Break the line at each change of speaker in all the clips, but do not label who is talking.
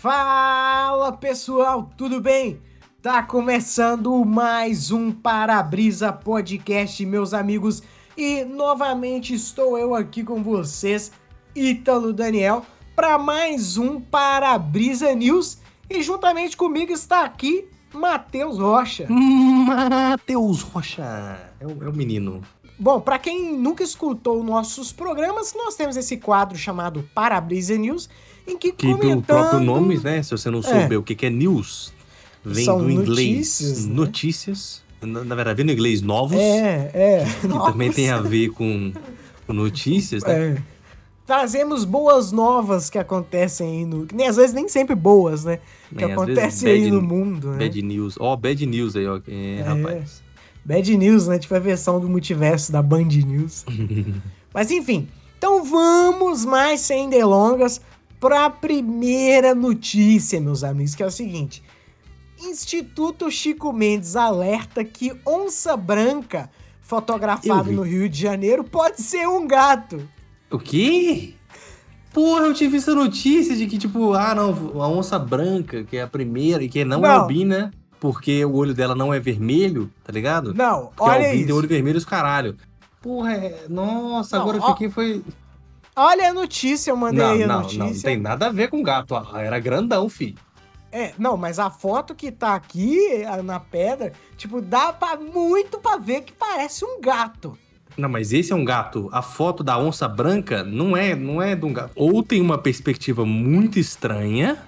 Fala pessoal, tudo bem? Tá começando mais um Parabrisa Podcast, meus amigos, e novamente estou eu aqui com vocês, Ítalo Daniel, para mais um Parabrisa News, e juntamente comigo está aqui Matheus Rocha.
Matheus Rocha. É o, é o menino.
Bom, para quem nunca escutou nossos programas, nós temos esse quadro chamado Parabrisa News, em que,
Que pelo
comentamos...
próprio nome, né? Se você não souber o que, que é news, vem
São
do
notícias,
inglês
né?
notícias. Na, na verdade, vem do inglês novos,
É, é.
que também tem a ver com, com notícias, né?
É. Trazemos boas novas que acontecem aí no. que nem- Às vezes nem sempre boas, né? Que
Às vezes,
acontecem
bad
aí no
n-
mundo, né? Bad...
Bad news. Ó, bad news aí, ó. É, rapaz.
News, né? Tipo a versão do multiverso da Band News. Mas enfim, então vamos mais sem delongas para a primeira notícia, meus amigos, que é o seguinte: Instituto Chico Mendes alerta que onça branca
Eu
fotografada
vi.
no Rio de Janeiro pode ser um gato.
O quê? Porra, eu tive essa notícia de que, tipo, ah, não, a onça branca, que é a primeira, e que não, é
Não.
albina, porque o olho dela não é vermelho, tá ligado?
Não,
Porque
olha
albina
isso.
tem olho vermelho e os caralho. Porra, é... nossa,
Não,
agora eu
ó,
fiquei foi...
Olha a notícia, eu mandei
Não,
aí a
não,
notícia.
não, não tem nada a ver com gato. Ah, Era grandão, fi.
É, não, mas a foto que tá aqui a- na pedra, tipo, dá pra, muito pra ver que parece um gato.
Não, mas esse é um gato. A foto da onça branca não é, não é de um gato. Ou tem uma perspectiva muito estranha.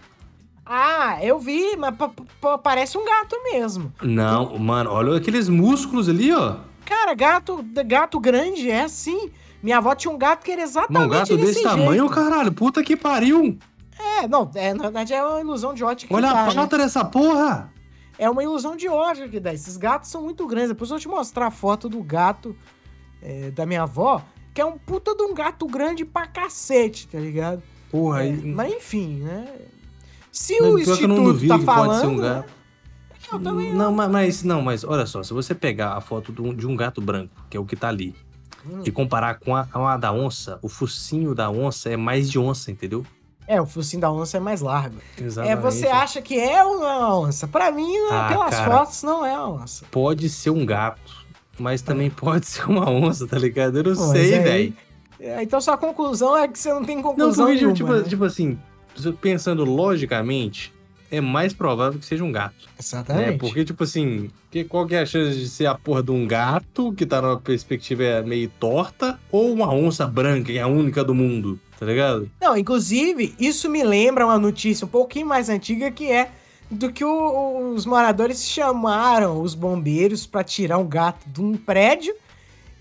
Ah, eu vi, mas pa- pa- parece um gato mesmo.
Não, mano, olha aqueles músculos ali, ó.
Cara, gato, gato grande é assim. Minha avó tinha um gato que era exatamente
Não, gato
desse,
desse tamanho,
jeito.
caralho. Puta que pariu.
É, não, é, na verdade é uma ilusão de ótica. que
Olha
dá,
a
né?
pata dessa porra.
É uma ilusão de ótica que dá. Esses gatos são muito grandes. Depois eu vou te mostrar a foto do gato é, da minha avó, que é um puta de um gato grande pra cacete, tá ligado?
Porra,
É,
aí. hum.
mas enfim, né? Se
Não,
o
pior que eu não
Instituto
duvido
tá
que
falando.
pode ser um gato.
Eu também.
Não, ma- mas não, mas olha só, se você pegar a foto de um, de um gato branco, que é o que tá ali,
Hum.
e comparar com a, com a da onça, o focinho da onça é mais de onça, entendeu?
É, o focinho da onça é mais largo.
Exatamente.
É, você acha que é ou não é uma onça? Pra mim, não-
Ah,
pelas
cara.
fotos, não é uma onça.
Pode ser um gato, mas também pode ser uma onça, tá ligado? Eu não
Ah. Pô, mas
sei,
aí-
velho.
É, Então sua conclusão é que você não tem
Não,
conclusão
porque, tipo,
nenhuma.
tipo,
né?
tipo assim, pensando logicamente, é mais provável que seja um gato.
Exatamente.
É, porque, tipo assim, que, qual que é a chance de ser a porra de um gato, que tá numa perspectiva meio torta, ou uma onça branca, que é a única do mundo, tá ligado?
Não, inclusive, isso me lembra uma notícia um pouquinho mais antiga que é do que o- os moradores chamaram os bombeiros pra tirar um gato de um prédio.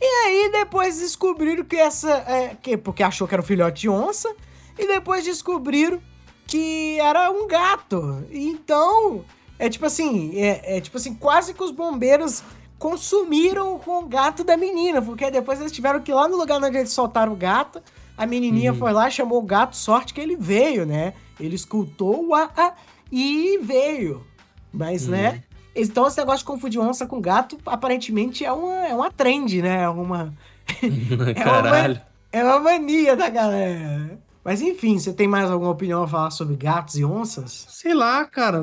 E aí depois descobriram que essa. é, que, porque achou que era um filhote de onça. E depois descobriram que era um gato. E Então, é tipo assim, é, é tipo assim, quase que os bombeiros consumiram com o gato da menina, porque depois eles tiveram que ir lá no lugar onde eles soltaram o gato, a menininha
Uhum.
foi lá, chamou o gato, sorte que ele veio, né? Ele escutou o a, a e veio. Mas,
Uhum.
né? Então esse negócio de confundir onça com gato, aparentemente é uma, é uma trend, né? É uma,
Caralho.
é uma mania da galera. Mas enfim, você tem mais alguma opinião a falar sobre gatos e onças?
Sei lá, cara.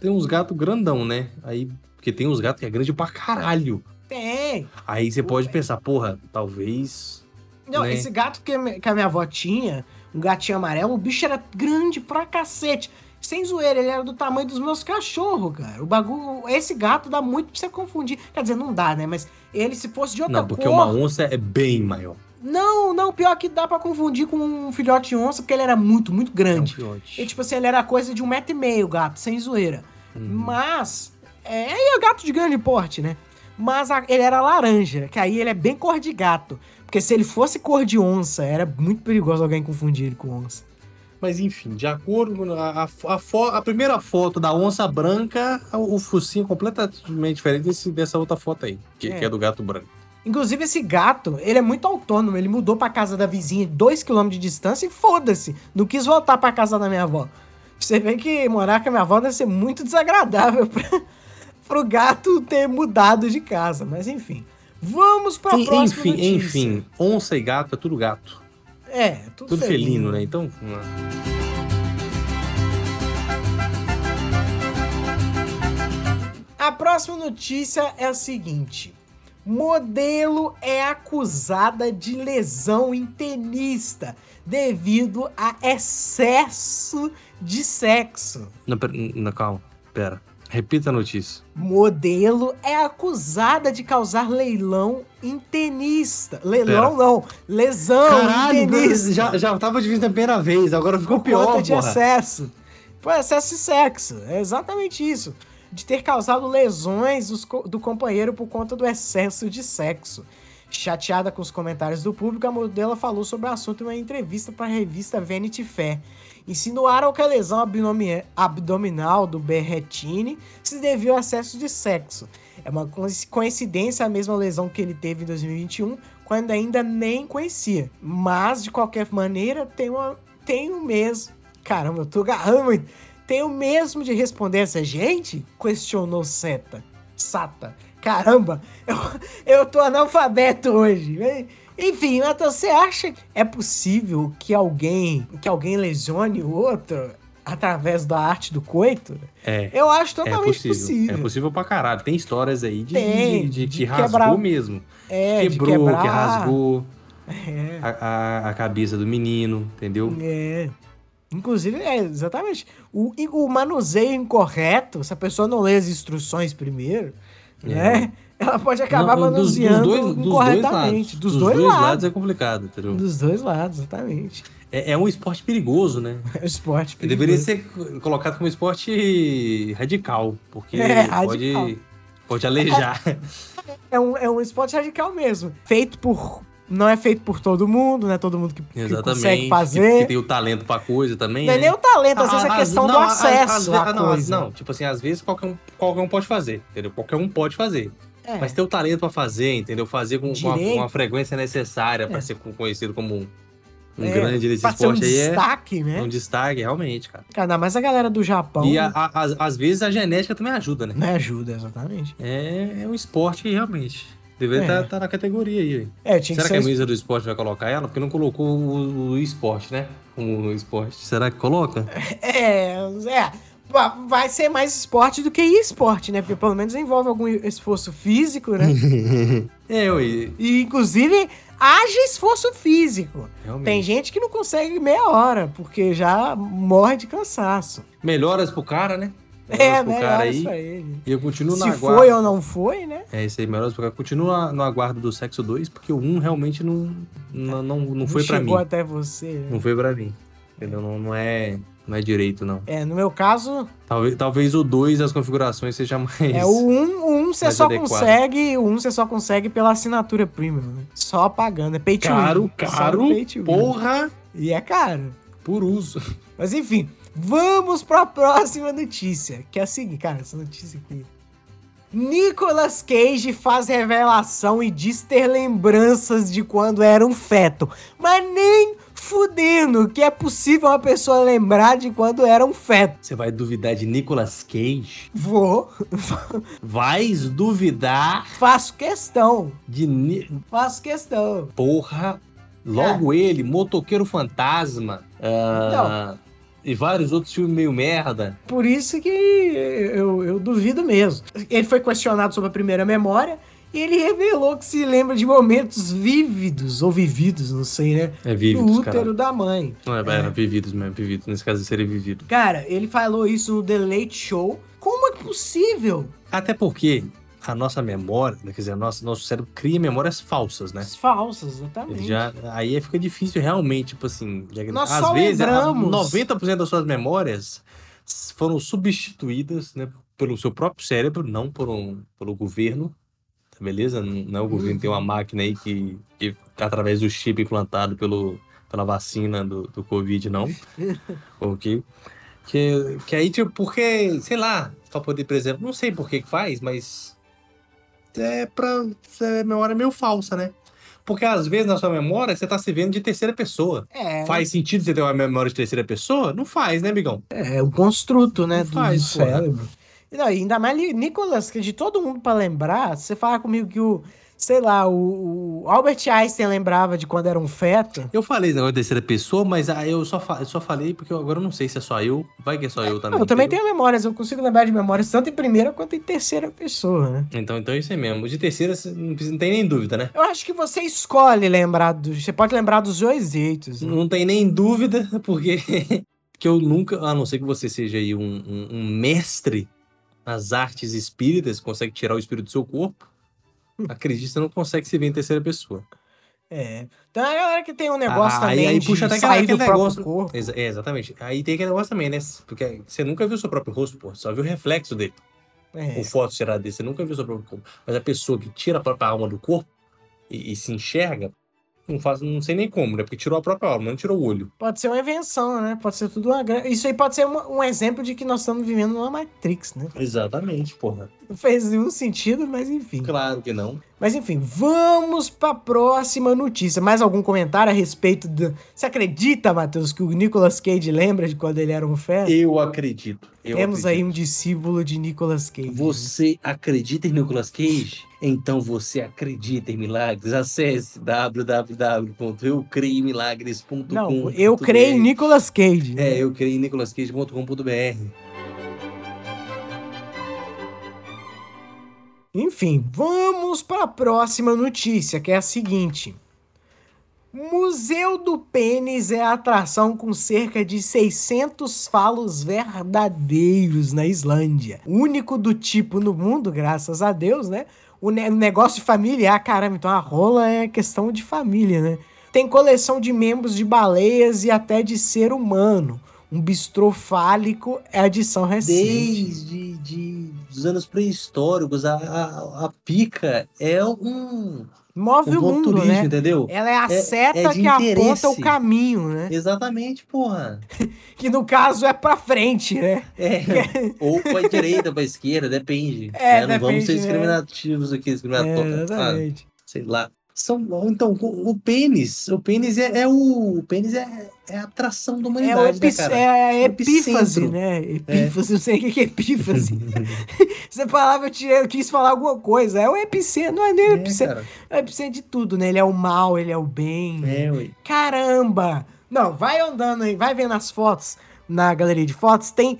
Tem uns gatos grandão, né? Aí, porque tem uns gatos que é grande pra caralho.
Tem,
Aí você pode pensar, porra, talvez.
Não,
né?
esse gato que, a mi- que a minha avó tinha, um gatinho amarelo, o bicho era grande pra cacete. Sem zoeira, ele era do tamanho dos meus cachorros, cara. O bagulho. Esse gato dá muito pra você confundir. Quer dizer, não dá, né? Mas ele, se fosse de outra
Não, porque
cor.
uma onça é bem maior.
Não, não, pior que dá pra confundir com um filhote de onça, porque ele era muito, muito
É um
grande.
filhote.
E tipo assim, ele era coisa de um metro e meio, o gato, sem zoeira.
Hum.
Mas. É, e é gato de grande porte, né? Mas a- ele era laranja, que aí ele é bem cor de gato. Porque se ele fosse cor de onça, era muito perigoso alguém confundir ele com onça.
Mas enfim, de acordo com a, a, a fo- a primeira foto da onça branca, o, o focinho é completamente diferente desse- dessa outra foto aí, que
É.
que é do gato branco.
Inclusive, esse gato, ele é muito autônomo. Ele mudou pra casa da vizinha, 2km de distância, e foda-se. Não quis voltar pra casa da minha avó. Você vê que morar com a minha avó deve ser muito desagradável pra, pro gato ter mudado de casa. Mas enfim. Vamos pra
En-
próxima
enfim,
notícia.
enfim, onça e gato é tudo gato.
É, tudo,
Tudo felino, né? Então. hum.
A próxima notícia é a seguinte: modelo é acusada de lesão em tenista devido a excesso de sexo.
Não, pera- não, calma, pera. Repita a notícia.
Modelo é acusada de causar leilão em tenista. Leilão não, lesão em tenista.
já, já tava difícil da primeira vez, agora ficou pior,
conta tá de
porra.
excesso. Pô, excesso de sexo. É exatamente isso. De ter causado lesões dos co- do companheiro por conta do excesso de sexo. Chateada com os comentários do público, a modelo falou sobre o assunto em uma entrevista para a revista Vanity Fair. Insinuaram que a lesão abdomi- abdominal do Berretini se devia ao excesso de sexo. É uma co- coincidência a mesma lesão que ele teve em 2021, quando ainda nem conhecia. Mas, de qualquer maneira, tem uma tem o mesmo. Caramba, eu tô agarrando muito. Tem o mesmo de responder essa gente? Questionou Seta. Sata. Caramba, eu, eu tô analfabeto hoje. né? Enfim, Nathan, você acha que é possível que alguém que alguém lesione o outro através da arte do coito?
É.
Eu acho
É
totalmente
possível, É possível pra caralho. Tem histórias aí de,
Tem,
de- de-
de
que rasgou
quebrar-
mesmo.
É, de
Quebrou,
quebrar.
que rasgou
É.
a, a- a cabeça do menino, entendeu?
É. Inclusive, é, exatamente. O, e o manuseio incorreto, se a pessoa não lê as instruções primeiro,
É.
né? Ela pode acabar
Não, um dos- dos
manuseando
dois- dos dois
incorretamente.
lados.
Dos dois, lados.
é complicado, entendeu?
Dos dois lados, exatamente.
É, é um esporte perigoso, né?
É o esporte.
Ele deveria
perigoso.
ser colocado como esporte radical, porque
É,
pode,
radical.
pode aleijar.
É um, é um esporte radical mesmo. Feito por. Não é feito por todo mundo, não é todo mundo que, que
Exatamente.
consegue
Que,
fazer.
que tem o talento pra coisa também.
não é
né?
nem o talento, às
Ah,
vezes é
ah,
questão do
não, às-
acesso.
às ve-
à
ah, não, às-
coisa.
não, tipo assim, às vezes qualquer um, qualquer um pode fazer, entendeu? Qualquer um pode fazer.
É.
Mas ter o talento pra fazer, entendeu? Fazer com, com, a-
Direito.
com a frequência necessária pra ser co- conhecido como um, um
É,
grande nesse
pra ser um
esporte aí é-
destaque,
é,
né?
um destaque, realmente, cara.
Ainda mais a galera do Japão
E a- a- as- às vezes a genética também ajuda, né?
né, ajuda, exatamente.
É, é um esporte aí, realmente. Deveria
É.
estar na categoria aí. velho.
É, tinha
Será
que
que a
ser
mesa do esporte vai colocar ela? Porque não colocou o, o esporte, né? Como esporte. Será que coloca?
É, é. va- Vai ser mais esporte do que esporte, né? Porque pelo menos envolve algum esforço físico, né?
É, eu e-
e inclusive haja esforço físico.
realmente.
Tem gente que não consegue meia hora, porque já morre de cansaço.
Melhoras pro cara, né?
É,
Melhoras pro cara
melhor
aí.
isso ele.
E eu continuo na
Se
guarda.
foi ou não foi, né?
É isso aí, melhoras pro cara. Continua no aguardo do sexo 2, porque o 1 um realmente não, não, não, não foi pra mim.
É, chegou até você. né?
Não foi pra mim. Entendeu? Não, não é. Não é direito, não.
É, no meu caso,
Talvez, talvez o 2 as configurações seja mais.
é o 1, o 1 você
Mas
só
adequado.
consegue, o 1 você só consegue pela assinatura premium, né? Só pagando, é pay to
Caro,
win. Só
caro,
pay to win.
porra,
E é caro.
por uso.
Mas enfim, vamos pra próxima notícia, que é a seguinte, cara, essa notícia aqui. Nicolas Cage faz revelação e diz ter lembranças de quando era um feto. Mas nem fudendo que é possível uma pessoa lembrar de quando era um feto.
Você vai duvidar de Nicolas Cage?
Vou,
Vais duvidar
faço questão,
de. Ni-
faço questão.
Porra!
É.
Logo ele, Motoqueiro Fantasma. ah,
Então.
E vários outros filmes meio merda.
Por isso que eu, eu duvido mesmo. Ele foi questionado sobre a primeira memória e ele revelou que se lembra de momentos vívidos, ou vividos, não sei, né?
É
do útero da mãe.
Não, é, era vividos mesmo, vividos. Nesse caso seria vivido.
Cara, ele falou isso no The Late Show. Como é possível?
Até porque a nossa memória, né, quer dizer, nosso, nosso cérebro cria memórias falsas, né?
As falsas,
Ele
exatamente.
já, aí fica difícil realmente, tipo assim. já-
Nós
às
só
vezes, a-
lembramos.
90% das suas memórias s- foram substituídas né, pelo seu próprio cérebro, não por um, pelo governo. tá Beleza? Não não é o governo, tem uma máquina aí que, que através do chip implantado pelo, pela vacina do, do Covid, não. ok. Que, que aí, tipo, porque, sei lá, pra poder preservar. Não sei por que que faz, mas. É pra. É memória meio falsa, né? Porque às vezes na sua memória você tá se vendo de terceira pessoa.
É,
Faz sentido você ter uma memória de terceira pessoa? Não faz, né, amigão?
é o construto, né?
Não
Do,
faz,
do é cérebro. E não, e ainda mais Nicolas, que de todo mundo pra lembrar, se você falar comigo que o sei lá, o, o Albert Einstein lembrava de quando era um feto.
Eu falei esse negócio de terceira pessoa, mas ah, eu só, fa- eu só falei porque eu agora não sei se é só eu. Vai que é só eu também.
eu também
entendeu?
tenho memórias, eu consigo lembrar de memórias tanto em primeira quanto em terceira pessoa, né?
Então, então é isso aí mesmo. De terceira, você não, precisa- não tem nem dúvida, né?
Eu acho que você escolhe lembrar dos. Você pode lembrar dos dois jeitos. né?
Não tem nem dúvida, porque que eu nunca, a não ser que você seja aí um, um- um mestre nas artes espíritas, consegue tirar o espírito do seu corpo. Acredito que você não consegue se ver em terceira pessoa.
É. Então a galera que tem um negócio
Ah,
também
aí- aí
de
puxa até aquela-
sair do
aquele
próprio
negócio-
corpo.
Exa- é, exatamente. Aí tem aquele negócio também, né? Porque você nunca viu seu próprio rosto, pô. Só viu o reflexo dele.
É.
Ou foto tirada dele. Você nunca viu seu próprio corpo. Mas a pessoa que tira a própria alma do corpo e, e se enxerga, não, faz, não sei nem como, né? Porque tirou a própria alma, não tirou o olho.
Pode ser uma invenção, né? Pode ser tudo uma grande. Isso aí pode ser uma- um exemplo de que nós estamos vivendo numa Matrix, né?
Exatamente, porra.
Não fez nenhum sentido, mas enfim.
Claro que não.
Mas enfim, vamos pra próxima notícia. Mais algum comentário a respeito do. Você acredita, Matheus, que o Nicolas Cage lembra de quando ele era um feto?
Eu acredito. Eu
Temos aí
acredito.
um discípulo de Nicolas Cage.
Você acredita em Nicolas Cage? Então você acredita em milagres? Acesse www.eucreimilagres.com.
Não, eu creio em Nicolas Cage.
É, eu criei nicolascage.com.br.
Enfim, vamos para a próxima notícia, que é a seguinte. Museu do Pênis é a atração com cerca de 600 falos verdadeiros na Islândia. Único do tipo no mundo, graças a Deus, né? O ne- negócio familiar, caramba, então a rola é questão de família, né? Tem coleção de membros de baleias e até de ser humano. Um bistrô fálico é adição recente.
Desde de, dos anos pré-históricos, a, a, a pica é um,
Move
um
o
bom
mundo,
turismo,
né?
entendeu?
Ela é a
É-
seta
é de
que
interesse.
aponta o caminho, né?
Exatamente, porra.
Que no caso é pra frente, né?
É, ou pra direita, pra esquerda, depende.
É,
né? Não vamos
depende,
ser
né?
discriminativos aqui,
É,
discriminatórios. Ah,
exatamente.
sei lá. São, então, o, o pênis, o pênis é, é o, o pênis é, é a atração da
É, o
humanidade,
epi-
né, cara? É.
é a epífase,
epicentro.
né? Epífase, não sei o que que é epífase. Essa palavra eu, tirei, eu quis falar alguma coisa. É o epicentro, não é nem o
É,
epicentro.
cara.
É o epicentro de tudo, né? Ele é o mal, ele é o bem.
É, ué.
Caramba! Não, vai andando aí, vai vendo as fotos na galeria de fotos. Tem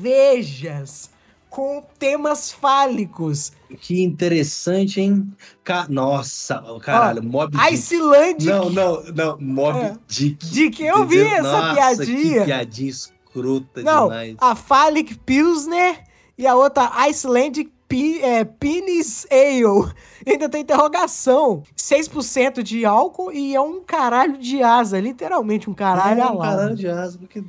cervejas com temas fálicos.
Que interessante, hein? Ca- Nossa, caralho, Mob
A
Dick.
Islândia
tipo. Não, não, não, Mob
É.
Dick.
De que eu vi
Entendeu?
essa
Nossa,
piadinha.
Que piadinha escrota
Não,
demais.
a Falik Pilsner e a outra Icelandic Pi- é, Penis Ale. Ainda tem interrogação. 6% de álcool e é um caralho de asa. Literalmente um caralho
É, um
alado.
caralho de asma. Que...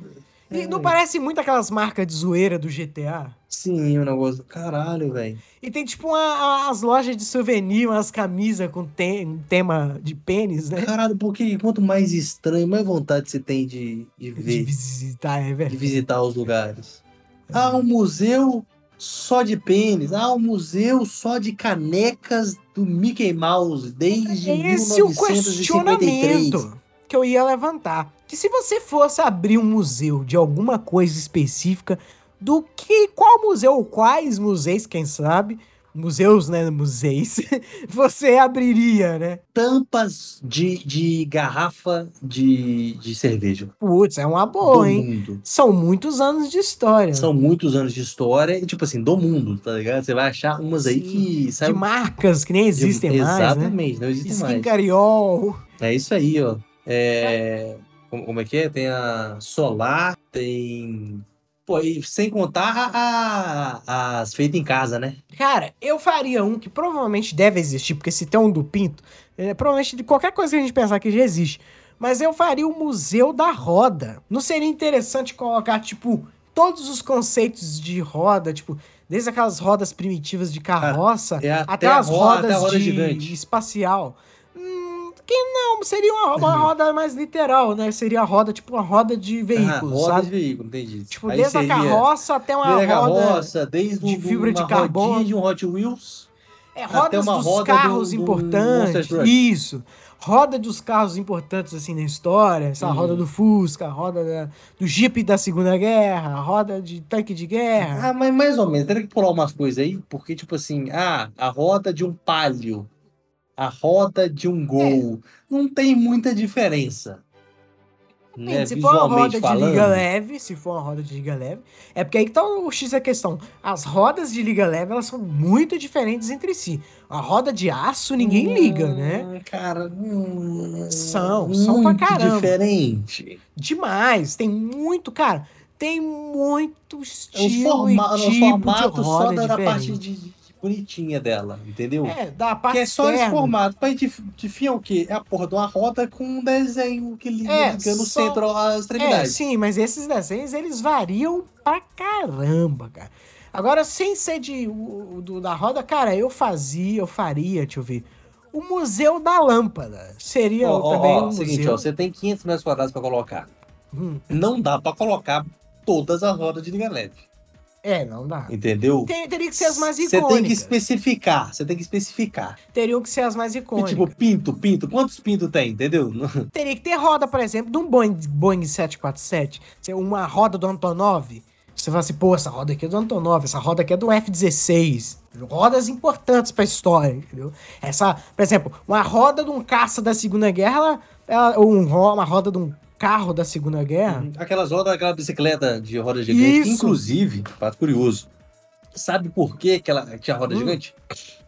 E
É,
não
ué.
parece muito aquelas marcas de zoeira do GTA?
Sim, o negócio. Caralho, velho.
E tem tipo uma- a- as lojas de souvenir, umas camisas com te- tema de pênis, né?
Caralho, porque quanto mais estranho, mais vontade você tem de, de
De
ver,
visitar, é
de
velho.
visitar os lugares.
É.
Ah, um museu só de pênis. Ah, um museu só de canecas do Mickey Mouse desde
Esse é o
1953.
questionamento que eu ia levantar. Que se você fosse abrir um museu de alguma coisa específica, do que qual museu, ou quais museus, quem sabe, museus, né, museus, você abriria, né?
Tampas de, de garrafa de, de cerveja
Putz, é uma
do
boa, hein?
mundo.
São muitos anos de história.
São muitos anos de história e, tipo assim, do mundo, tá ligado? Você vai achar umas aí
Sim,
que
de
saem
marcas que nem
de- um
existem mais, né?
Exatamente, não existem mais.
Skin Cariol,
É isso aí, ó. É, Como, como é que é? Tem a solar, tem. Pô, e sem contar a- a- as feitas em casa, né?
Cara, eu faria um que provavelmente deve existir, porque se tem um do Pinto, é, provavelmente de qualquer coisa que a gente pensar que já existe. Mas eu faria o Museu da Roda. Não seria interessante colocar, tipo, todos os conceitos de roda, tipo, desde aquelas rodas primitivas de carroça
É
até,
a
as
roda, até
rodas
a roda
de
gigante.
espacial. Hum, que não, seria uma, uma roda mais literal, né? Seria a roda, tipo, uma roda de
Ah,
veículos,
roda
sabe?
de veículo, entendi.
Tipo,
Aí
desde
seria
a carroça até uma
desde a
roda...
carroça, desde
de
um-
fibra
uma
de carbono.
rodinha de um Hot Wheels.
É
Até
rodas
uma
dos
roda
carros
do- do Monster
importantes.
Truck.
Isso. Roda dos carros importantes assim na história. Essa
Uhum.
roda do Fusca, a roda da- do Jeep da Segunda Guerra, a roda de tanque de guerra.
Ah, mas mais ou menos, teria que pular umas coisas aí, porque, tipo assim, ah, a roda de um palio. a roda de um
É.
gol. Não tem muita diferença. Né?
se for tipo uma
Visualmente
roda de liga é,
falando.
leve, se for uma roda de liga leve, é porque aí que tá o X da questão. As rodas de liga leve, elas são muito diferentes entre si. A roda de aço, ninguém liga, né?
Hum, Cara, hum,
São, são pra
muito
caramba.
diferente.
Demais, tem muito, cara, tem muito
É os
estilo e
forma- os
tipo de
formatos só
roda
da, da
diferente.
parte de, de bonitinha dela, entendeu?
É, da parte
que é só esse
externa.
formato. Pra gente definir o quê? É a porra de uma roda com um desenho que liga,
É,
liga no
só-
centro à
É,
extremidade.
sim, mas esses desenhos eles variam pra caramba, cara. Agora, sem ser de, o- o do- da roda, cara, eu fazia, eu faria, deixa eu ver. O Museu da Lâmpada. Seria
Ó, ó,
também
ó,
um
seguinte,
museu.
ó, você tem 500 metros quadrados pra colocar.
Hum,
Não dá pra colocar todas as rodas de liga leve,
é, não dá.
entendeu?
Tem- teria que ser as mais
Você Então, tem que
icônicas.
especificar, você tem que especificar.
Teriam que ser as mais
E,
icônicas.
tipo, pinto, pinto, quantos pinto tem, entendeu?
Teria que ter roda, por exemplo, de um Boeing, Boeing 747. se é Uma roda do Antonov. Você fala assim, pô, essa roda aqui é do Antonov, essa roda aqui é do F-16. Rodas importantes pra história, entendeu? Essa, por exemplo, uma roda de um caça da Segunda Guerra, ela- ela- ou um ro- uma roda de um carro da Segunda Guerra.
Aquelas rodas, aquela bicicleta de roda gigante.
Isso.
Inclusive, fato curioso, sabe por que, que ela tinha roda
Hum.
gigante?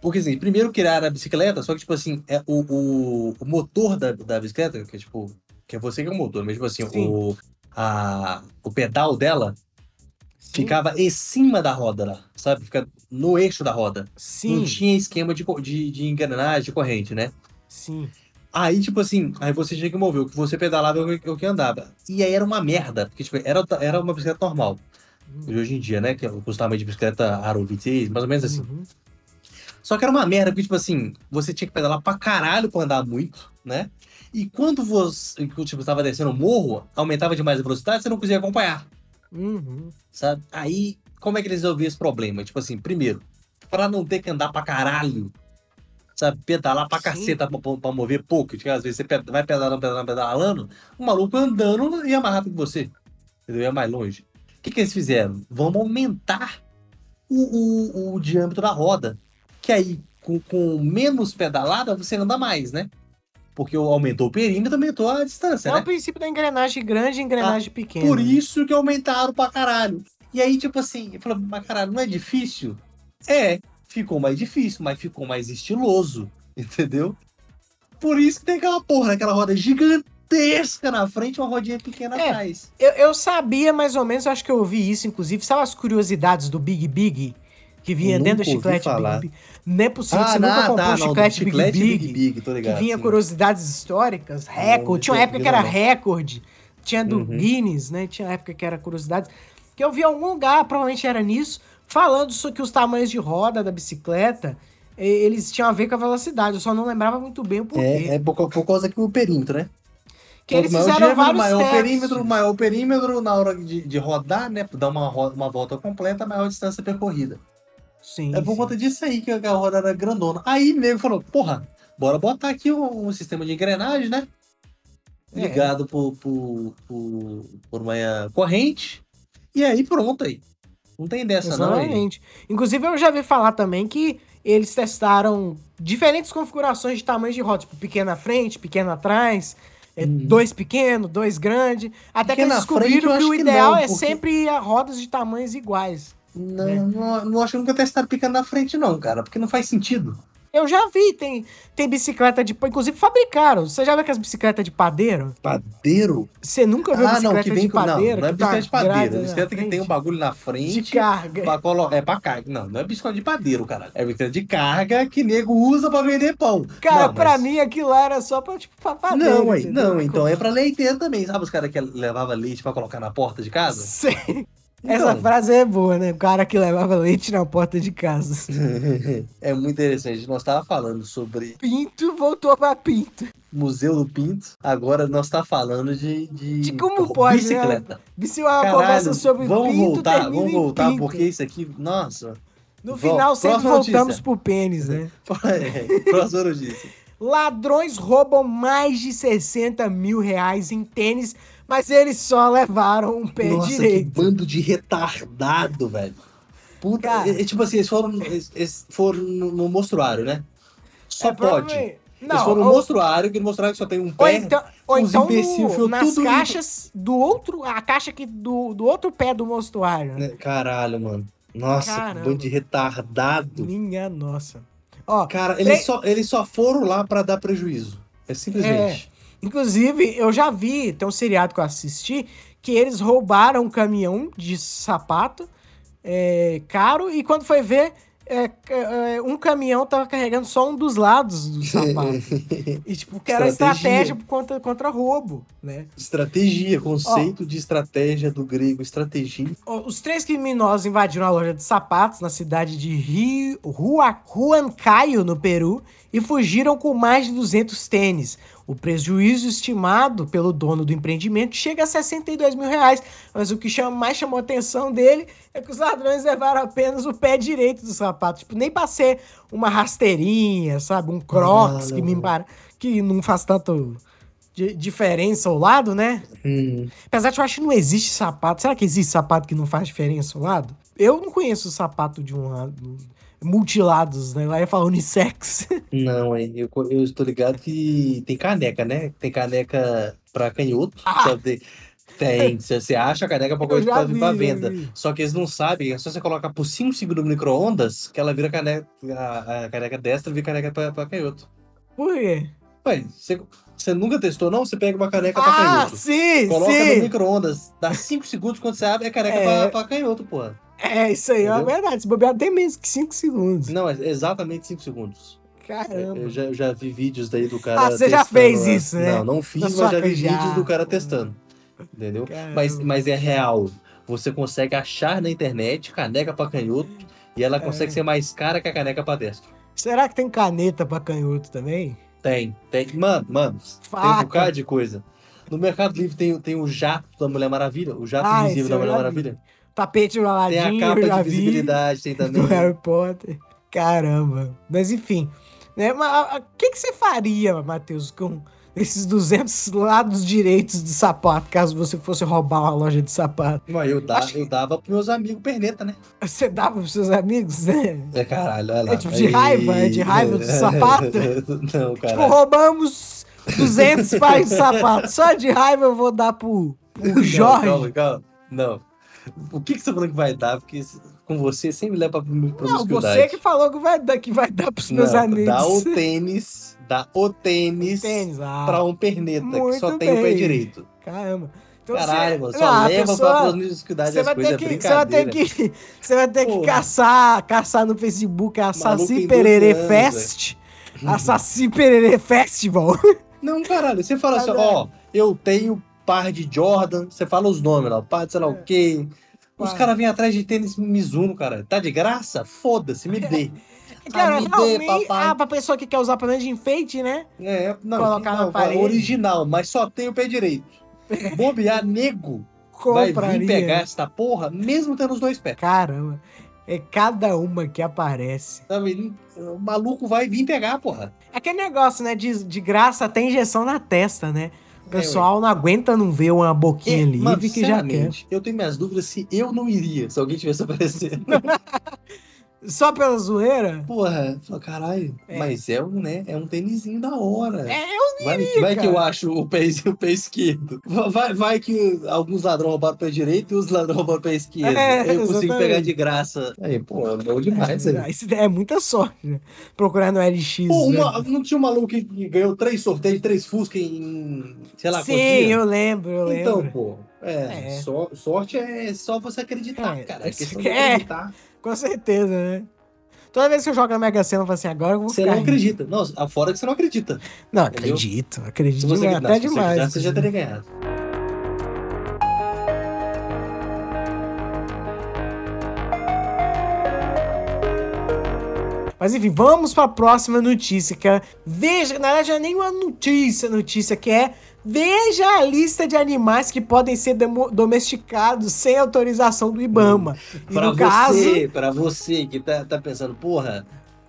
Porque, assim, primeiro criaram a bicicleta, só que, tipo assim, é o, o, o motor da, da bicicleta, que é, tipo, que é você que é o motor, mas, tipo assim,
Sim.
o, a, o pedal dela
Sim.
ficava em cima da roda lá, sabe? Fica no eixo da roda. Não
Sim,
tinha esquema de, co- de, de engrenagem, de corrente, né?
sim.
Aí, tipo assim, aí você tinha que mover o que você pedalava e o que- é o que andava. E aí era uma merda, porque tipo, era, outra- era uma bicicleta normal. de Hoje em dia, né? Que é o tamanho de bicicleta Aro 26, mais ou menos assim.
Uhum.
Só que era uma merda, porque, tipo assim, você tinha que pedalar pra caralho pra andar muito, né? E quando você, tipo, tava descendo o morro, aumentava demais a velocidade, você não conseguia acompanhar,
Uhum.
sabe? Aí, como é que eles resolviam esse problema? Tipo assim, primeiro, pra não ter que andar pra caralho, sabe? Pedalar pra
Sim.
caceta pra, pra- pra mover pouco, que às vezes você pe- vai pedalando, pedalando, pedalando, o maluco andando ia mais rápido que você, entendeu? Ia mais longe. O que, que eles fizeram? Vamos aumentar o, o- o diâmetro da roda, que aí com, com menos pedalada você anda mais, né? Porque aumentou o perímetro, aumentou a distância,
É
né?
o princípio da engrenagem grande e engrenagem pequena.
Ah,
né?
Por isso que aumentaram pra caralho. E aí, tipo assim, eu falei, mas caralho, não é difícil? É, ficou mais difícil, mas ficou mais estiloso, entendeu? Por isso que tem aquela porra, aquela roda gigantesca na frente e uma rodinha pequena
É.
atrás.
Eu, eu sabia mais ou menos, eu acho que eu ouvi isso, inclusive. Sabe as curiosidades do Big Big? Que vinha
Nunca
dentro do
ouvi
chiclete
falar. Ah, tá,
Big Big. Não é possível, que você nunca comprou um
do
chiclete, Big, Big,
Big, assim. tô ligado.
que vinha
sim.
curiosidades históricas, recorde. Tinha uma
vi-
época
vi
que era
não.
recorde. Tinha do
Uhum.
Guinness, né? Tinha uma época que era curiosidades. Que eu vi em algum lugar, provavelmente era nisso, falando isso que os tamanhos de roda da bicicleta, eh, eles tinham a ver com a velocidade. Eu só não lembrava muito bem o porquê.
É, é por, por causa que o perímetro, né?
que eles
Quanto
fizeram
maior o diâmetro,
vários
maior o
testes.
perímetro, maior o perímetro na hora de, de rodar, né? Dar uma, ro- uma volta completa, maior a distância percorrida.
Sim,
É por
sim.
conta disso aí que a roda era grandona. Aí o nego falou, porra, bora botar aqui um, um sistema de engrenagem, né?
É.
Ligado por, por, por, por uma corrente. E aí pronto aí. Não tem dessa não aí.
Exatamente. Inclusive, eu já vi falar também que eles testaram diferentes configurações de tamanhos de roda, tipo pequena frente, pequena atrás, é,
Uhum.
dois pequeno, dois grande. Até
Pequena
que eles descobriram
frente, eu
que o
acho que
ideal
não,
é
porque-
sempre a rodas de tamanhos iguais.
Não,
É.
não, não acho que nunca testaram picando na frente não, cara. Porque não faz sentido.
Eu já vi, tem, tem bicicleta de. Inclusive, fabricaram. Você já viu aquelas bicicletas de padeiro?
Padeiro?
Você nunca viu
Ah,
bicicleta
não, que vem
de
com... Não, não
padeiro?
é
que tá
bicicleta de padeiro.
grade
É
na
bicicleta que tem um
frente?
bagulho na
de
frente.
carga.
Pra colo... É pra carga. Não, não é bicicleta de padeiro, cara. É bicicleta de carga que nego usa pra vender pão.
Cara,
não,
pra
mas-
mim aquilo lá era só pra, tipo, pra padeiro.
Não, aí,
entendeu?
não, então é pra leiteiro também. Sabe os caras que levavam leite pra colocar na porta de casa?
Sei. Essa
Então,
frase é boa, né? O cara que levava leite na porta de casa.
é muito interessante. Nós tava falando sobre
Pinto voltou pra Pinto.
Museu do Pinto, agora nós tá falando de, de,
De como pode, né?
bicicleta.
Se uma
Caralho,
conversa sobre
vamos
Pinto
voltar,
termina
vamos
em
voltar,
Pinto.
porque isso aqui, nossa.
No
Vol-
final sempre
próxima notícia.
voltamos pro pênis, né?
É, Próxima notícia.
Ladrões roubam mais de 60 mil reais em tênis, mas eles só levaram um pé
Nossa,
direito.
que bando de retardado, velho. Puta,
Cara.
é- é tipo assim, eles foram, eles eles foram no, no mostruário, né? Só pode.
provavelmente-
Eles
Não,
foram
ou,
mostruário que mostraram que só tem um
ou
pé.
então, ou
uns
então
imbecil,
no-
enfiou
nas
tudo em-
caixas do outro, a caixa que do, do outro pé do monstruário. né?
né? Caralho, mano. Nossa, que
Caramba.
bando de retardado.
Minha nossa. Ó,
Cara,
Tre-
eles, só, eles só foram lá pra dar prejuízo. É simplesmente.
Inclusive, eu já vi, tem um seriado que eu assisti, que eles roubaram um caminhão de sapato é, caro e quando foi ver, é, ca- é, um caminhão tava carregando só um dos lados do sapato. e tipo, que era
Estratégia.
estratégia contra, contra roubo, né?
Estratégia, conceito de estratégia do grego, estratégia.
Ó, Os três criminosos invadiram a loja de sapatos na cidade de Rio, Rua, Huancayo, no Peru, e fugiram com mais de 200 tênis. O prejuízo estimado pelo dono do empreendimento chega a 62 mil reais, mas o que chama- mais chamou a atenção dele é que os ladrões levaram apenas o pé direito do sapato. Tipo, nem pra ser uma rasteirinha, sabe? Um crocs,
Caralho,
que, me
mano.
para- que não faz tanto di- diferença ao lado, né?
Hum,
Apesar de eu achar que não existe sapato. Será que existe sapato que não faz diferença o lado? Eu não conheço sapato de um lado. Multilados, né? Lá ia falar unissex.
Um não, hein? Eu, co- eu estou ligado que tem caneca, né? Tem caneca pra canhoto. só tem, tem. Você você acha a caneca pra
Ah! Eu
coisa
já
pra, pra
vi,
venda.
eu vi.
Só que eles não sabem, é só você colocar por 5 segundos no micro-ondas que ela vira caneca, a, a caneca destra vira caneca pra, pra canhoto.
Por quê?
Ué, você, você nunca testou, não? Você pega uma caneca pra
Ah,
canhoto.
sim,
Coloca no
sim.
micro-ondas, dá 5 segundos quando você abre é caneca
É.
pra, pra canhoto, porra.
É, isso aí é
Entendeu?
verdade. Se bobear tem menos que 5 segundos.
Não, é exatamente 5 segundos. É,
Caramba.
Eu já, eu já vi vídeos daí do cara.
Ah, você já
testando,
fez
né?
isso, né?
Não, não fiz,
Na
mas
sua
já vi
casa,
vídeos do cara
pô.
testando. Entendeu?
Caramba.
Mas, mas é real. Você consegue achar na internet caneca pra canhoto e
É.
ela consegue ser mais cara que a caneca pra destro.
Será que tem caneta pra canhoto também?
Tem, tem. Mano, mano, tem um
Faca.
bocado de coisa. No Mercado Livre tem, o- tem o jato da Mulher Maravilha, o jato
Ah,
invisível
esse
da
eu
Mulher
já vi.
Maravilha.
Tapete do
Tem a
Aladim,
capa
eu já
de
vi.
visibilidade, tem também.
do Harry Potter. Caramba. Mas enfim. Né? Mas o que, que você faria, Matheus, com esses 200 lados direitos de sapato, caso você fosse roubar uma loja de sapato?
Mas eu, dava,
Acho que-
eu dava pros meus amigos perneta, né?
Você dava pros seus amigos, né?
É caralho, olha lá.
É tipo de raiva, é de raiva do sapato?
Não,
Tipo,
cara.
roubamos 200 pares de sapato. Só de raiva eu vou dar pro, pro Jorge.
Não, calma, calma. Não. O que, que você falou que vai dar? Porque se- com você sempre leva pra
Não,
promiscuidade.
você é que falou que vai dar, que vai dar pros
Não,
meus amigos.
Dá o tênis, dá o tênis,
Tênis, ah,
pra um perneta que só
Muito
tem o pé
bem.
direito.
caramba. Então você-
Caralho, mano, só
Não, a
leva
pessoa-
pra promiscuidade
Você
as
vai,
coisas,
ter
é
que, você vai ter
brincadeira.
que, você vai ter que
Porra.
caçar, caçar no Facebook a Saci
tem
Pererê
12 anos,
Fest, a Saci Pererê Festival.
Não, caralho, você fala assim,
Caralho.
ó, eu tenho par de Jordan, você fala os nomes lá, par de sei lá o quê. Os
É. Par.
caras vêm atrás de tênis Mizuno, cara. Tá de graça? Foda-se, me dê.
Cara,
Ah, me dê,
realmente,
papai.
ah, pra pessoa que quer usar pra de enfeite, né?
É, não,
Colocar na
não fala
parede.
original, mas só tem o pé direito. Bobear, nego, vai vir
Compraria.
pegar esta porra, mesmo tendo os dois pés.
Caramba, é cada uma que aparece.
Sabe? O maluco vai vir pegar, porra.
Aquele negócio, né, de, de graça até injeção na testa, né? O
É,
pessoal não aguenta não ver uma boquinha livre
mano,
que já quer.
sinceramente, Eu tenho minhas dúvidas se eu não iria, se alguém tivesse oferecendo.
Só pela zoeira?
Porra, falou, caralho,
É.
mas é um, né? É um tênisinho da hora.
É, eu
vai vai que eu
cara.
acho o pé, o pé esquerdo. Vai, vai que alguns ladrões roubaram o pé direito e os ladrões roubaram o pé esquerdo.
É,
eu consigo
exatamente.
pegar de graça. Aí, pô, é bom demais. aí.
Isso é muita sorte, né? Procurar no LX.
Pô,
né?
uma- não tinha um maluco que ganhou três sorteios, três Fusca em. sei lá, quantos
Sim,
dias?
eu lembro, eu lembro.
Então, pô, é,
É.
só- sorte é só você acreditar,
É,
cara. É
isso
questão
que
de
é.
acreditar.
Com certeza, né? Toda vez que eu jogo na Mega Sena, eu falo assim, agora eu vou
Você
ficar
não
rico.
acredita. Não, afora que você não acredita.
Não,
entendeu?
acredito, acredito
Se você
demais,
acreditar,
é, até
se
demais.
você acreditar, você já teria ganhado.
Mas enfim, vamos para a próxima notícia, que é... Veja, na verdade, não é nem uma notícia, notícia, que é... Veja a lista de animais que podem ser demo- domesticados sem autorização do Ibama. E
Hum, Pra
no
você,
caso...
pra você que tá, tá pensando, porra,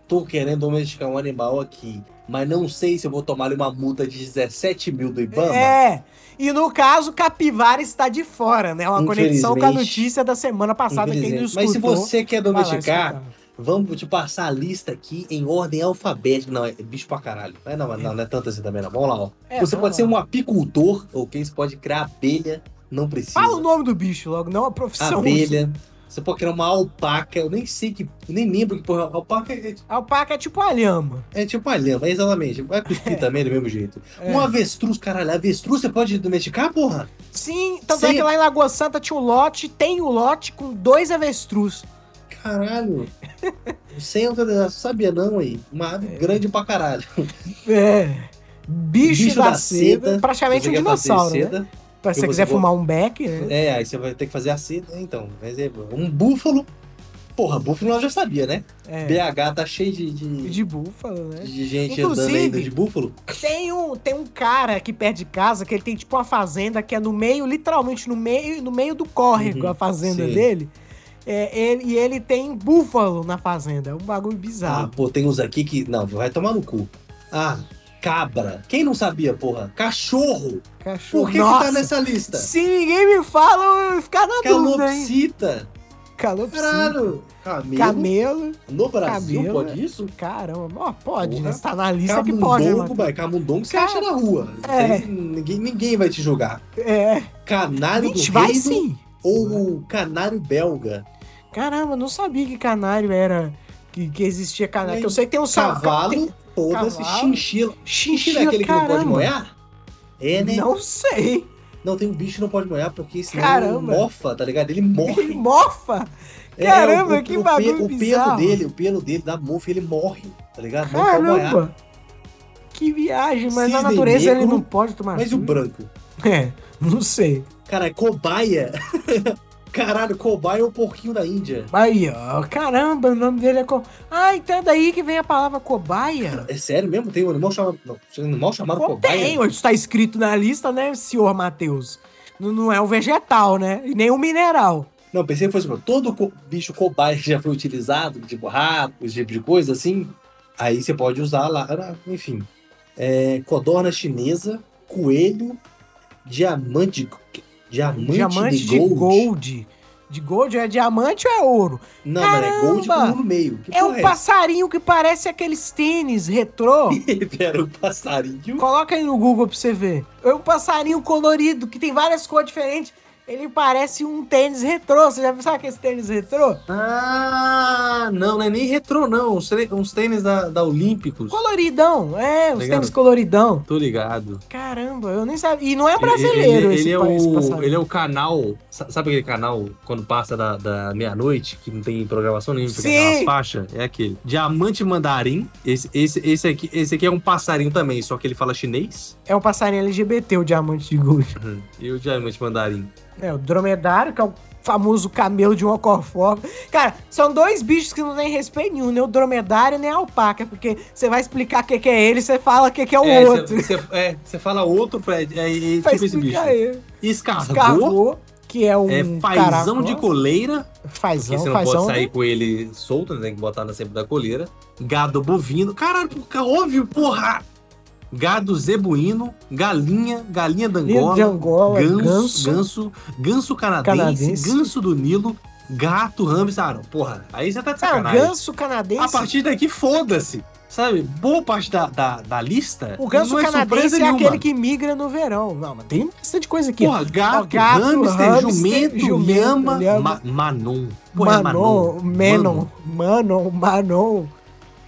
tô querendo domesticar um animal aqui, mas não sei se eu vou tomar uma multa de 17 mil do Ibama.
É. E no caso, capivara está de fora, né? Uma conexão com a
Infelizmente.
notícia da semana passada que ele
infelizmente.
escutou.
um mas se você quer
vai lá
domesticar,
escutar.
Vamos te passar a lista aqui em ordem alfabética. Não, é bicho pra caralho. Não, é- não, não, não é tanto assim também, não. Vamos lá, ó.
É,
você
vamos lá.
pode ser um apicultor, ok? Você pode criar abelha, não precisa.
Fala o nome do bicho logo, não a profissão.
abelha. Você pode criar uma alpaca. Eu nem sei que. Nem lembro que porra. Alpaca é,
Alpaca é tipo a lhama.
é tipo uma lhama, exatamente. Vai cuspir também do mesmo jeito.
É.
Um avestruz, caralho. Avestruz você pode domesticar, porra?
Sim, tanto
Sim.
é que lá em Lagoa Santa tinha um lote, tem um lote com dois avestruz.
Caralho. Sem outra. Sabia não aí. Uma ave grande pra caralho.
É. Bicho, da, seda, praticamente
Você
um
quer fazer
dinossauro, né?
seda?
Pra se você
Eu vou-
quiser
vou-
fumar um beck, né?
É, aí você vai ter que fazer a seda, então. Mas é um búfalo. Porra, búfalo nós já sabia, né?
É.
BH tá cheio de, de,
De búfalo, né?
de gente andando
Inclusive-
ainda de búfalo.
Tem um, tem um cara aqui perto de casa que ele tem tipo uma fazenda que é no meio, literalmente no meio, no meio do córrego,
Uhum,
a fazenda
sim.
dele. É, ele- e ele tem búfalo na fazenda. É um bagulho
Ah,
bizarro.
pô, tem uns aqui que. Não, vai tomar no cu. Ah, cabra. Quem não sabia, porra? Cachorro.
Cachorro.
Ah. Por que, que
Nossa,
tá nessa lista?
Se ninguém me fala, eu ia ficar na dúvida, hein?
Calopsita.
Calopsita.
Caralho. Camelo.
Camelo.
No Brasil,
Camelo,
pode isso?
Caramba. Ó, pode,
Porra.
né? Se tá na lista que pode, né,
Camundongo,
mano?
vai. Camundongo você
Ca-
acha na rua.
É.
Tem- Ninguém, ninguém vai te julgar.
É.
Canário
Vixe,
do
vai
reino
sim.
ou o canário belga?
Caramba, não sabia que canário era. Que, que existia canário.
Nem
Que eu sei que tem um sa-
Cavalo,
tem-
foda-se,
cavalo.
chinchila. Chinchila
Xixi,
é aquele que não pode
caramba.
moiar? É, né? Não,
Não sei.
tem um bicho que não pode moiar porque senão
Caramba.
ele mofa, tá ligado? Ele morre.
Ele mofa.
É,
Caramba, que
pe-
bagulho
O pelo
bizarro.
dele, o pelo dele da mofa, ele morre, tá ligado? Não pode moiar.
Caramba. Que viagem, mas na
Cisne
natureza ele
negro,
não pode tomar
Mas e o
tudo.
branco?
É, não sei.
Cara, é cobaia. Caralho, cobaia é o porquinho da Índia.
Aí, ó, caramba, o nome dele é. Co... Ah, então é daí que vem a palavra cobaia?
É sério mesmo? Tem um animal chamado. Não, tem um animal chamado
Co-
cobaia?
Tem, isso tá escrito na lista, né, senhor Matheus? Não, não é um vegetal, né? E nem um mineral.
Não, pensei que fosse tipo, todo co- bicho cobaia que já foi utilizado, tipo rato, esse tipo de coisa, assim. Aí você pode usar lá, lá, enfim. É, codorna chinesa, coelho, diamante. Diamante,
diamante
de, gold.
De gold é diamante ou é ouro?
Não, mas é gold com
Caramba!
um no meio. Que
é
porra
um passarinho que parece aqueles tênis retrô.
essa? Era um passarinho.
Coloca aí no Google pra você ver. É um passarinho colorido que tem várias cores diferentes. Ele parece um tênis retrô. Você já viu sabe aquele tênis retrô?
Ah, não, não é nem retrô, não. Uns, tre- uns tênis da, da Olímpicos.
Coloridão, é, os
Tá Ligado?
tênis coloridão.
Tô ligado.
Caramba, eu nem sabia. E não é brasileiro
ele,
esse,
ele é
pa- esse
o,
passarinho.
ele é o canal. sa- Sabe aquele canal quando passa da, da meia-noite, que não tem programação nenhuma, fica
Sim.
aquelas faixas? É aquele. Diamante mandarim. Esse, esse, esse, aqui, esse aqui é um passarinho também, só que ele fala chinês.
É um passarinho LGBT, o diamante de gold.
E o diamante mandarim.
É, o dromedário, que é o famoso camelo de um ocorforme. Cara, são dois bichos que não tem respeito nenhum, nem o dromedário, nem a alpaca. Porque você vai explicar o que, que é ele, você fala o que, que é o
É,
outro.
Cê, cê- é, você fala outro, Fred. É, é,
Vai
tipo esse bicho.
explicar ele.
Escargot.
Escargot, que é um
É fazão
caracol. né?
de coleira, porque
Fazão,
você não
fazão.
pode sair com ele solto, né? tem que botar na sempre da coleira. Gado bovino, caralho, porca- óbvio, porra! Gado zebuíno, galinha, galinha da
Linha
Angola,
de Angola,
ganso,
ganso.
ganso, ganso canadense,
Canadense.
ganso do Nilo, gato, hamster, ah, não, porra, aí você tá de
Ah, o
sacanagem.
ganso canadense.
A partir daqui, foda-se, sabe? Boa parte da, da, da lista
O ganso
não é surpresa
canadense é
nenhuma.
aquele que migra no verão. Não, mas tem bastante coisa aqui.
Porra, gato,
Ó, gato,
hamster,
hamster,
jumento,
jumento,
lhama,
lhama.
ma- manon. Porra, é
Manon, Menon,
Manon.
Manon, Manon.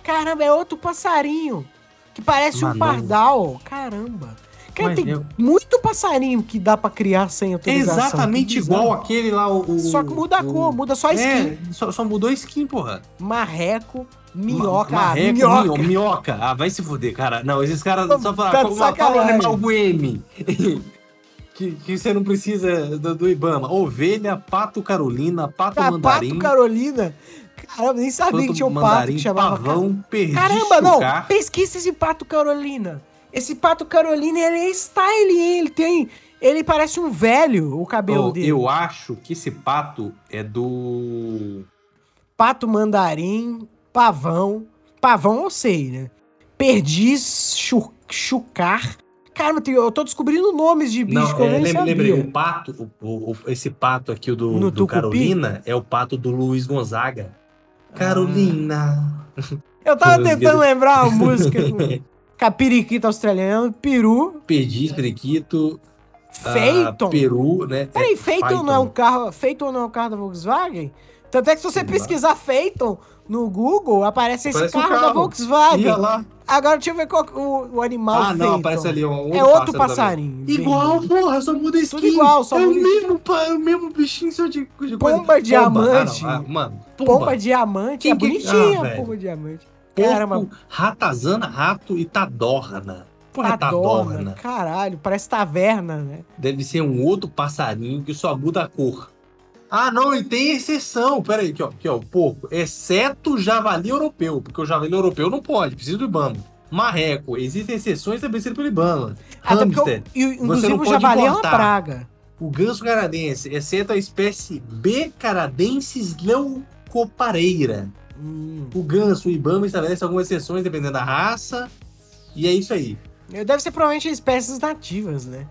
Caramba, é outro passarinho. Que parece
Manon.
um pardal. Caramba. Cara,
Mas
tem
eu-
muito passarinho que dá pra criar sem
É
autorização.
exatamente
Que bizarro.
igual aquele lá, o... o-
né? Só que muda a
o-
cor, muda só a skin.
É, só, só mudou a skin, porra.
Marreco, minhoca,
Ma- marreco,
ah, minhoca.
minho- minhoca. Ah, vai se fuder, cara. Não, esses caras
Tá-
só falam,
tá de
"Qual- qual- fala o
sacanagem."
animal com M. é que, que você não precisa do, do Ibama. Ovelha, pato carolina, pato
Ah,
mandarim,
Pato Carolina. Caramba, nem sabia que
pato
tinha um pato
mandarim,
que chamava.
pavão, perdiz,
Caramba, não!
chucar.
Pesquisa esse Pato Carolina. Esse Pato Carolina, ele é style, hein? ele tem. Ele parece um velho, o cabelo
Oh,
dele.
eu acho que esse pato é do...
Pato mandarim, pavão. Pavão eu sei, né? Perdiz, chu- chucar. Caramba, tem- eu tô descobrindo nomes de bicho
Não,
que eu
é,
nem
lem-
sabia.
lembrei, o pato, o- o- o- esse pato aqui o do,
No
do
Tucupi?
Carolina é o pato do Luiz Gonzaga. Carolina.
Eu tava
Deus,
tentando
Deus.
lembrar uma música com capiriquita australiano, peru,
Perdiz, periquito. ah,
Phaeton.
Peru, né?
Peraí,
É,
Phaeton não é um carro, Phaeton não é um carro da Volkswagen? Tanto é que se você
Sei lá.
pesquisar Phaeton no Google, aparece esse
Aparece um
carro, da
carro.
Volkswagen.
Ia lá.
Agora deixa eu ver qual que- o, o animal
Ah, não,
Phaeton.
aparece ali. Um,
É outro
também.
passarinho.
Igual,
vermelho.
porra, só muda a skin.
Tudo igual, só
é o
muda a skin.
mesmo, pa- é o mesmo bichinho só de, de coisa.
Pomba diamante.
Ah, não, ah, mano, pomba.
Pomba, diamante.
Quem
é
que-
bonitinha
Ah,
a
velho.
pomba diamante.
Porco, é
Caramba,
ratazana, rato e tadorna. Porra,
tadorna.
tadorna.
Caralho, parece taverna, né?
Deve ser um outro passarinho que só muda a cor. Ah, não, e tem exceção. Pera aí, aqui, ó, aqui, ó, o porco. Exceto o javali europeu, porque o javali europeu não pode, precisa do Ibama. Marreco, existem exceções estabelecidas pelo Ibama.
Até porque,
Hamster,
o- e o- inclusive,
não
o
pode
javali é uma
importar.
praga.
o ganso canadense, exceto a espécie B. canadensis leucopareira.
Hum.
O ganso, o Ibama estabelece algumas exceções dependendo da raça. E é isso aí.
Deve ser provavelmente espécies nativas, né?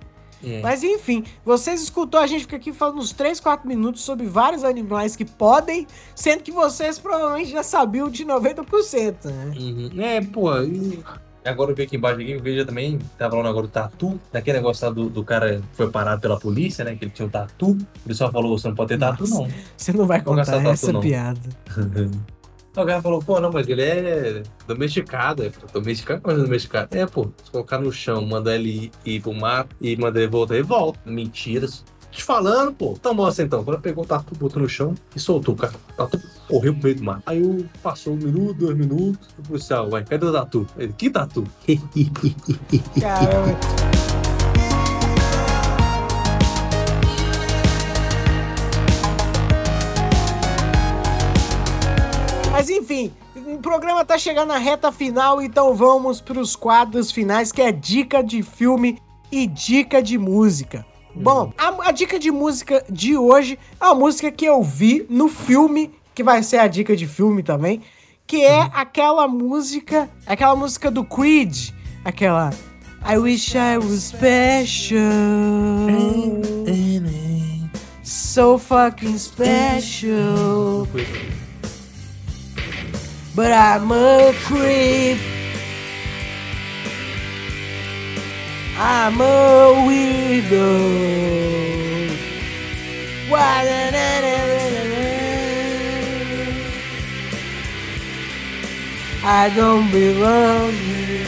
É.
Mas enfim, vocês escutou a gente fica aqui falando uns 3, 4 minutos sobre vários animais que podem, sendo que vocês provavelmente já sabiam de 90%, né?
Uhum. É, pô. e- Agora eu vi aqui embaixo aqui, eu vejo também, tava falando agora do tatu, daquele negócio lá do, do cara que foi parado pela polícia, né? Que ele tinha um tatu. O pessoal falou, você não pode ter tatu,
Nossa.
não.
Você não vai
Vou gastar
contar
tanto,
essa
não.
piada.
Então o cara falou, pô, não, mas ele é domesticado. Eu falei, domesticado? Como é domesticado? É, pô, se colocar no chão, mandar ele ir, ir pro mar e mandar ele voltar, ele volta. Mentiras. Te falando, pô. Então mostra então. Quando pegou o tatu, botou no chão e soltou. O cara, o tatu correu pro meio do mar. Aí eu, passou um minuto, dois minutos. O policial, ué, cadê o tatu? Ele, que tatu?
Caramba. Mas enfim, o programa tá chegando na reta final, então vamos pros quadros finais, que é dica de filme e dica de música. Bom, a, a dica de música de hoje é uma música que eu vi no filme, que vai ser a dica de filme também, que é aquela música, aquela música do Creed, aquela I wish I was special,
Uhum.
so fucking special, but I'm a creep. I'm a weirdo. Why da- da- da- da- da- da. I don't belong here.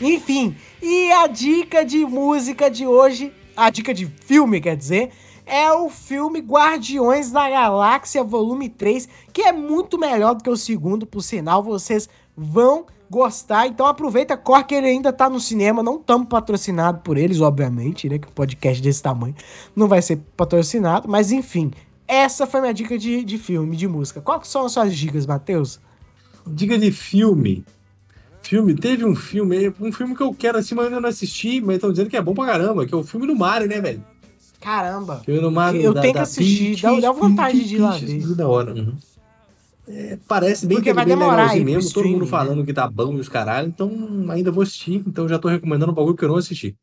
Enfim, e a dica de música de hoje, a dica de filme, quer dizer, é o filme Guardiões da Galáxia Volume 3, que é muito melhor do que o segundo, por sinal, vocês vão gostar. Então aproveita, corre que ele ainda tá no cinema, não estamos patrocinado por eles, obviamente, né, que um podcast desse tamanho não vai ser patrocinado, mas enfim, essa foi minha dica de, de filme, de música. Qual que são as suas dicas, Matheus?
Diga de filme. Filme, teve um filme, um filme que eu quero assim, mas eu ainda não assisti, mas estão dizendo que é bom pra caramba, que é o filme do Mario, né, velho?
Caramba!
Filme do Mario.
Eu tenho que assistir, dá- dá vontade de ir lá ver. Uhum.
Peaches, da hora. É, parece bem
Porque
que é
vai
bem
demorar
legalzinho
aí pro
mesmo, todo mundo
streaming, né?
falando que tá bom e os caralho, então ainda vou assistir, então já tô recomendando um bagulho que eu não assisti.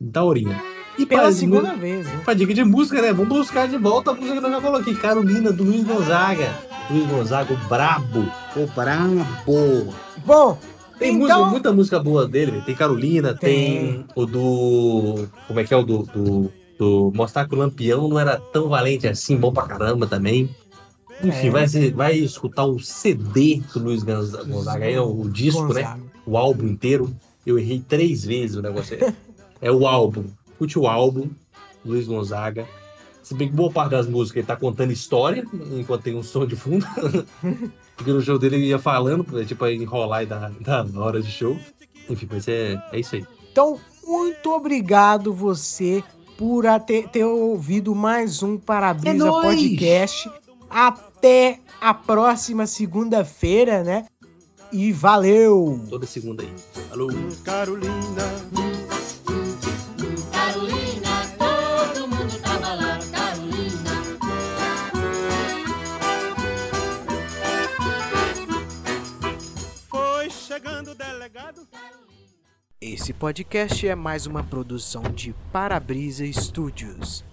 Daorinha. E
Pela
pra-
segunda vez, né?
Pra dica de música, né? Vamos buscar de volta a música que eu já coloquei. Carolina, do Luiz Gonzaga. Luiz Gonzaga, o brabo. O brabo.
Bom,
Tem música,
então...
muita música boa dele. velho. Tem Carolina, tem, o do... Como é que é o do... do... do mostrar que o Lampião não era tão valente assim, bom pra caramba também. Enfim,
É.
vai, se- vai escutar o CD do Luiz Gonza- Gonzaga, aí, o disco, né?
Gonzaga.
o álbum inteiro. Eu errei três vezes o negócio. É, é o álbum. Escute o álbum, Luiz Gonzaga. Se bem que boa parte das músicas ele tá contando história, enquanto tem um som de fundo. Porque no show dele ele ia falando, né, tipo, aí enrolar e dar, dar na hora de show. Enfim, mas é, é isso aí.
Então, muito obrigado você por a- ter, ter ouvido mais um
É
Parabrisa
nóis!
Podcast. Até a próxima segunda-feira, né? E valeu!
Toda segunda aí. Falou!
Carolina,
Carolina, todo mundo tava lá, Carolina.
foi chegando o delegado.
Esse podcast é mais uma produção de Parabrisa Studios.